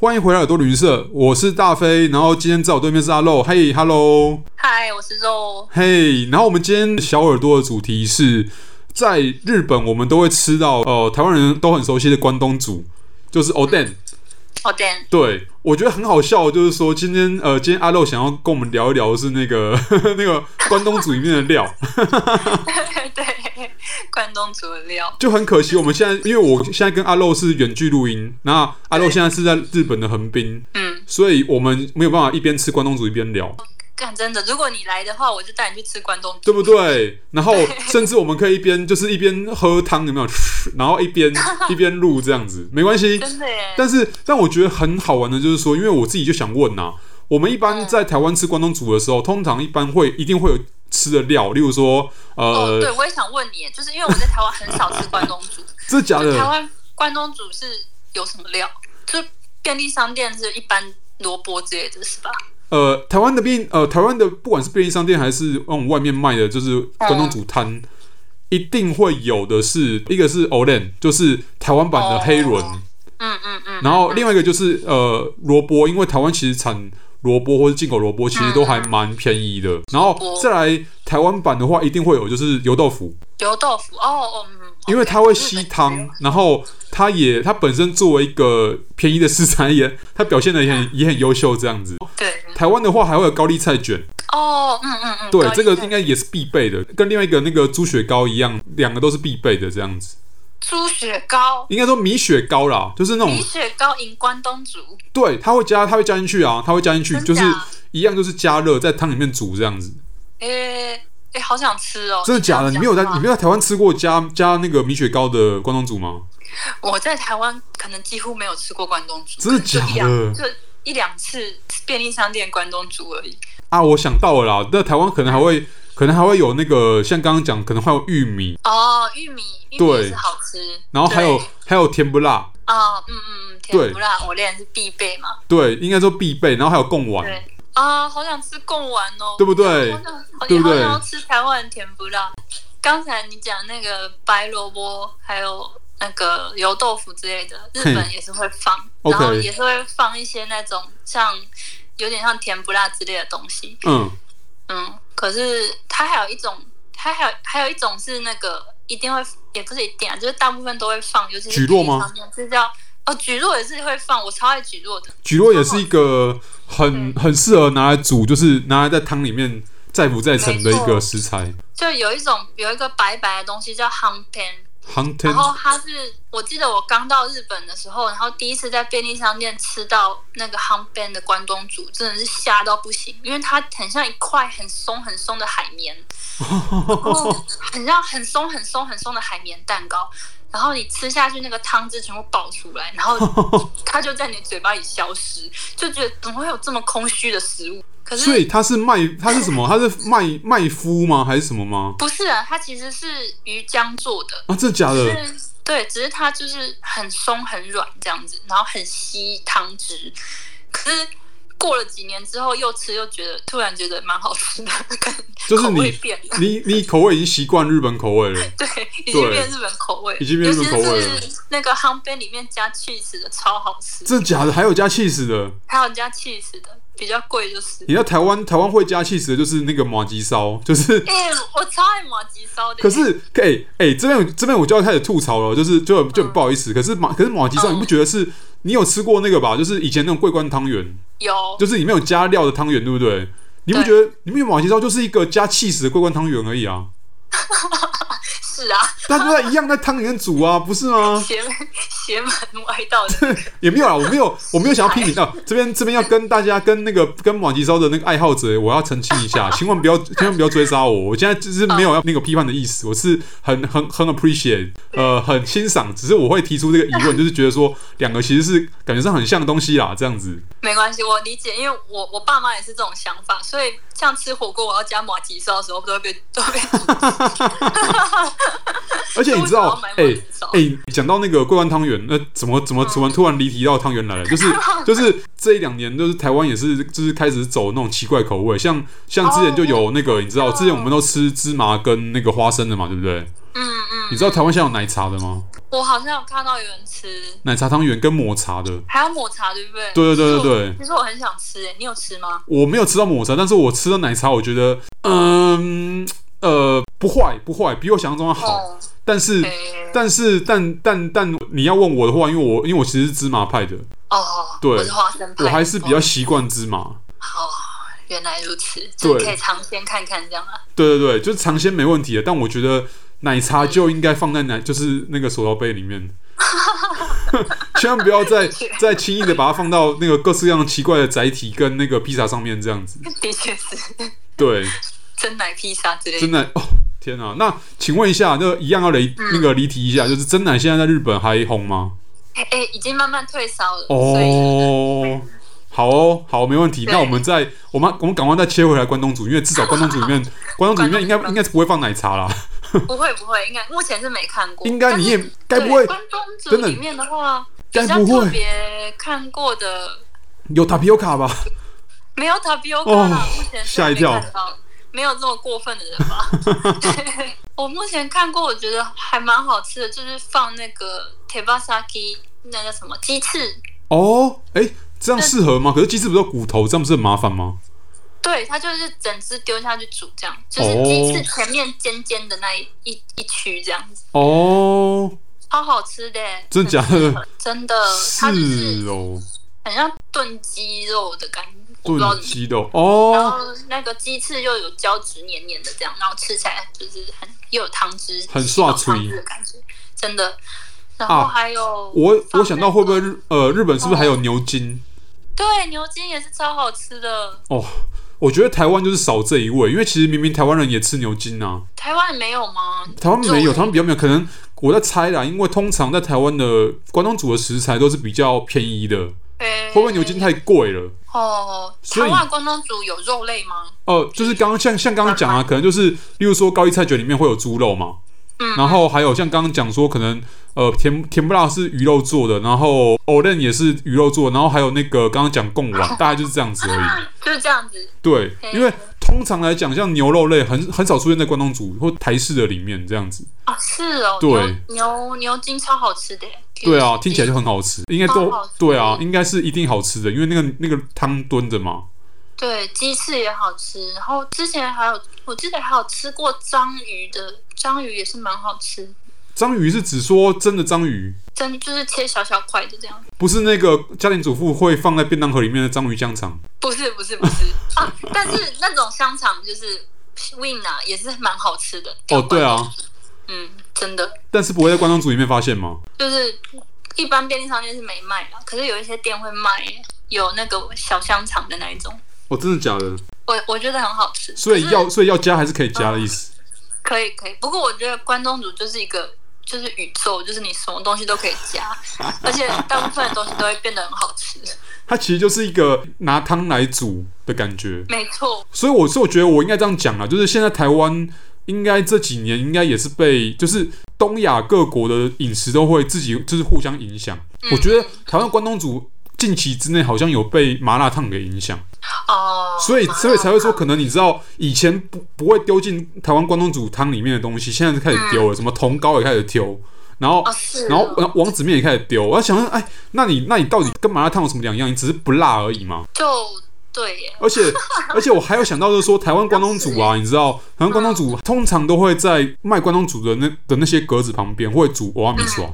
欢迎回来耳朵旅社，我是大飞，然后今天在我对面是阿肉，嘿，hello，嗨，我是肉。嘿，然后我们今天小耳朵的主题是在日本，我们都会吃到呃台湾人都很熟悉的关东煮，就是 oden。好的，对，我觉得很好笑，就是说今天呃，今天阿肉想要跟我们聊一聊是那个 那个关东煮里面的料， 对，关东煮的料，就很可惜，我们现在因为我现在跟阿肉是远距录音，那阿肉现在是在日本的横滨，嗯，所以我们没有办法一边吃关东煮一边聊。干真的，如果你来的话，我就带你去吃关东煮。对不对？然后甚至我们可以一边就是一边喝汤，有没有？ 然后一 边一边录这样子，没关系。真的耶，但是，但我觉得很好玩的就是说，因为我自己就想问呐、啊我们一般在台湾吃关东煮的时候，通常一般会一定会有吃的料，例如说，哦，对，呃，我也想问你，就是因为我在台湾很少吃关东 煮，这假台的，湾关东煮是有什么料？就便利商店是一般萝卜之类的是吧？呃，台湾的便呃台湾的不管是便利商店还是那种外面卖的，就是关东煮摊。哦一定会有的是，一个是 Olen，就是台湾版的黑轮，哦嗯嗯嗯，然后另外一个就是呃萝卜，因为台湾其实产萝卜或是进口萝卜，其实都还嗯蛮便宜的。然后再来台湾版的话，一定会有就是油豆腐，油豆腐哦哦，嗯，因为 OK，它会日吸本也汤有，然后它也它本身作为一个便宜的食材也，它表现的也嗯很也很优秀这样子。对，台湾的话还会有高丽菜卷，哦，嗯嗯嗯，对高，丽这个菜应该也是必备的，跟另外一个那个猪血糕一样，两个都是必备的这样子。猪血糕、应该说米血糕啦，就是那种米血糕赢关东煮，对，它会加，它会加进去啊，它会加进去，真假就是一样，就是加热在汤里面煮这样子。诶、诶、好想吃哦！真的假的？这样你讲没有在话你没有在台湾吃过加加那个米雪糕的关东煮吗？我在台湾可能几乎没有吃过关东煮，真的假的就一两就一两次便利商店关东煮而已。啊，我想到了啦，那台湾可能还会可能还会有那个像刚刚讲，可能还有玉米，哦，玉米，玉米对也是好吃，然后还有对还有甜不辣，啊、嗯嗯嗯，对甜不辣我恋是必备嘛，对，应该说必备，然后还有贡丸，对。啊、好想吃贡丸哦，对不对好想对不对也好想要吃台湾的甜不辣。刚才你讲那个白萝卜，还有那个油豆腐之类的，日本嘿也是会放， OK 然后也是会放一些那种像有点像甜不辣之类的东西。嗯，嗯，可是它还有一种，它还有还有一种是那个一定会，也不是一定啊，就是大部分都会放，尤其是菊络吗便利商店？是叫哦，菊络也是会放，我超爱菊络的。菊络也是一个很很适合拿来煮，就是拿来在汤里面再不再成的一没个错食材。就有一种有一个白白的东西叫 h a n p a n 航天然后它是我记得我刚到日本的时候，然后第一次在便利商店吃到那个 h a n p a n 的关东煮，真的是吓到不行，因为它很像一块很松很松的海绵，哦很像很松很松很松的海绵蛋糕。然后你吃下去，那个汤汁全部爆出来，然 后它就在你的嘴巴里消失，就觉得怎么会有这么空虚的食物？可是所以它是卖它是什 么？它是卖卖夫吗？还是什么吗？不是啊，它其实是鱼浆做的，啊，真的假的？是，对，只是它就是很松很软这样子，然后很吸汤汁。可是过了几年之后又吃，又觉得突然觉得蛮好吃的，感 就是口你味变了，你你口味已经习惯日本口味 了，对，已对经变日本口味，已经变日本口味了尤其是那个汤边里面加 cheese 的超好吃，真的假的？还有加 cheese 的？还有加 cheese 的比较贵就是。你在台湾台湾会加 cheese 的就是那个马吉烧，就是。哎、我超爱马吉烧的。可是，哎、哎、这边有这边我就要开始吐槽了，就是就很就很不好意思。可是马可是马吉烧，嗯你不觉得是你有吃过那个吧？就是以前那种桂冠汤圆，有就是里面有加料的汤圆，对不对？你不对觉得你们马吉烧就是一个加 cheese 的桂冠汤圆而已啊？是啊，大家都在一样在汤里面煮啊，不是吗？邪门邪门歪道的， 也没有啦，啊我没有，我没有想要批评到这边，这边要跟大家跟那个跟马吉烧的那个爱好者，我要澄清一下，千 万不要，千万不要追杀我，我现在就是没有要那个批判的意思，我是很很很 appreciate，呃，很欣赏，只是我会提出这个疑问，就是觉得说两个其实是感觉上很像的东西啦，这样子。没关系，我理解，因为我我爸妈也是这种想法，所以像吃火锅，我要加马吉烧的时候，都会被都会被。 而且你知道，哎为什么要买马哎吉烧、讲到那个桂冠汤圆，那、怎么怎么突然突然离题到汤圆 来了？就是就是这一两年，就是台湾也是就是开始走那种奇怪口味，像哦嗯像之前就有那个，你知道，之前我们都吃芝麻跟那个花生的嘛，对不对？嗯嗯你知道台湾现在有奶茶的吗？我好像有看到有人吃，奶茶汤圆跟抹茶的，还有抹茶，对不对？对对对对对其实我。其实我很想吃，哎，你有吃吗？我没有吃到抹茶，但是我吃的奶茶，我觉得，嗯呃，不坏不坏，比我想象中的好。哦，但是诶但是但但但你要问我的话，因为我因为我其实是芝麻派的，哦，对我是花生派，我还是比较哦习惯芝麻。好。原来如此，对就是可以尝鲜看看这样啊。 对对对，就是尝鲜没问题的，但我觉得奶茶就应该放在奶，就是那个手摇杯里面，千万不要再再轻易的把它放到那个各式各样奇怪的载体跟那个披萨上面这样子。的确是对，真奶披萨之类的真。奶哦，天啊！那请问一下，那一样要离那个离题一下，就是真奶现在在日本还红吗？哎、哎，已经慢慢退烧了，所以哦，好哦，好，没问题。对那我们再我们我们赶快再切回来关东煮，因为至少关东煮里面关东煮里面应该应该是不会放奶茶啦，不会不会，应该目前是没看过。应该你也但是该不会对关东煮真的里面的话，该比较不会特别看过的有塔皮欧卡吧？没有 tapioca 哦啦，目前是吓一没跳看到，没有这么过分的人 吧？对我目前看过，我觉得还蛮好吃的，就是放那个 tebasaki 那个什么鸡翅，哦，哎，这样但适合吗？可是鸡翅不是有骨头，这样不是很麻烦吗？对，它就是整只丢下去煮，这样就是哦鸡翅前面尖尖的那一一一区这样子，哦，超好吃的，真的假的很适合？ 真的，呃它就是是哦，很像炖鸡肉的感觉，我不知道炖怎么。鸡的哦然哦，后那个鸡翅又有胶质黏黏的这样，然后吃起来就是很又有汤汁，很爽脆汤汁的感觉，真的。然后啊还有放那哦我个、我想到会不会日呃日本是不是还有牛筋？对牛筋也是超好吃的，哦，我觉得台湾就是少这一味，因为其实明明台湾人也吃牛筋啊，台湾没有吗？台湾没有，对台湾比较没有。可能我在猜啦，因为通常在台湾的关东煮的食材都是比较便宜的，会会不会牛筋太贵了？哦？所台以湾关东煮有肉类吗？哦、就是刚刚像像刚刚讲啊，可能就是例如说高丽菜卷里面会有猪肉嘛，嗯然后还有像刚刚讲说可能呃甜甜不辣是鱼肉做的，然后 o l e n 也是鱼肉做的，然后还有那个刚刚讲贡哦丸，大概就是这样子而已。就是这样子，对，嗯因为通常来讲，像牛肉类很很少出现在关东煮或台式的里面这样子。啊，是哦，对牛牛牛筋超好吃的耶，对啊，听起来就很好吃，应该都超好吃欸对啊，应该是一定好吃的，因为那个那个汤炖着嘛。对，鸡翅也好吃，然后之前还有，我记得还有吃过章鱼的，章鱼也是蛮好吃，章鱼是指说真的章鱼，真就是切小小块的这样。不是那个家庭主妇会放在便当盒里面的章鱼香肠。不是不是 不是啊，但是那种香肠就是 win 啊，也是蛮好吃的。哦，对啊，嗯，真的但是不会在关东煮里面发现吗？就是一般便利商店是没卖的，可是有一些店会卖有那个小香肠的那一种，哦，真的假的？我我觉得很好吃。所以可是要所以要加还是可以加的意思。可以可以，不过我觉得关东煮就是一个就是宇宙，就是你什么东西都可以加，而且大部分的东西都会变得很好吃。它其实就是一个拿汤来煮的感觉。没错，所以我是我觉得我应该这样讲啊，就是现在台湾应该这几年应该也是被就是东亚各国的饮食都会自己就是互相影响。嗯我觉得台湾关东煮近期之内好像有被麻辣烫给影响，哦，所以麻辣所以才会说可能你知道以前不不会丢进台湾关东煮汤里面的东西，现在就开始丢了，什么铜膏也开始丢，然后嗯哦是哦，然后然后王子面也开始丢，我在想说，哎，那你那你到底跟麻辣烫有什么两样？你只是不辣而已嘛。就对耶， 而且而且我还有想到就是说，台湾关东煮啊，你知道，台湾关东嗯煮通常都会在卖关东煮的那的那些格子旁边会煮欧米爽，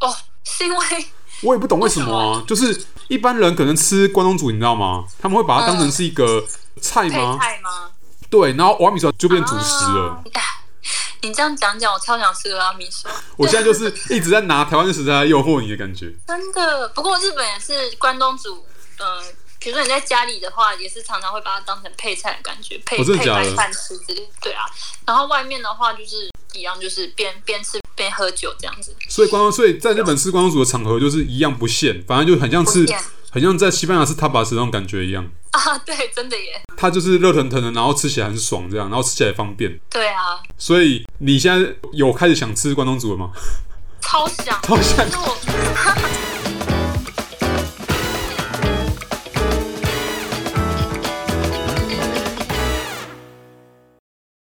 哦，是因为我也不懂为什么啊，就是一般人可能吃关东煮，你知道吗？他们会把它当成是一个菜嗯配吗？菜吗？对，然后欧米爽就变主食了。啊。你这样讲讲，我超想吃拉米索，我现在就是一直在拿台湾的食材来诱惑你的感觉。真的。不过日本也是关东煮，呃，比如说你在家里的话，也是常常会把它当成配菜的感觉，配、哦真的配假的白饭吃之类的。对啊，然后外面的话就是一样，就是边边吃边喝酒这样子。所以关东，所以在日本吃关东煮的场合就是一样不限，反正就很像是不限很像在西班牙吃 tapas 的那种感觉一样，啊，对，真的耶，它就是热腾腾的，然后吃起来很爽，这样，然后吃起来方便。对啊，所以你现在有开始想吃关东煮了吗？ 超想。超想可是我，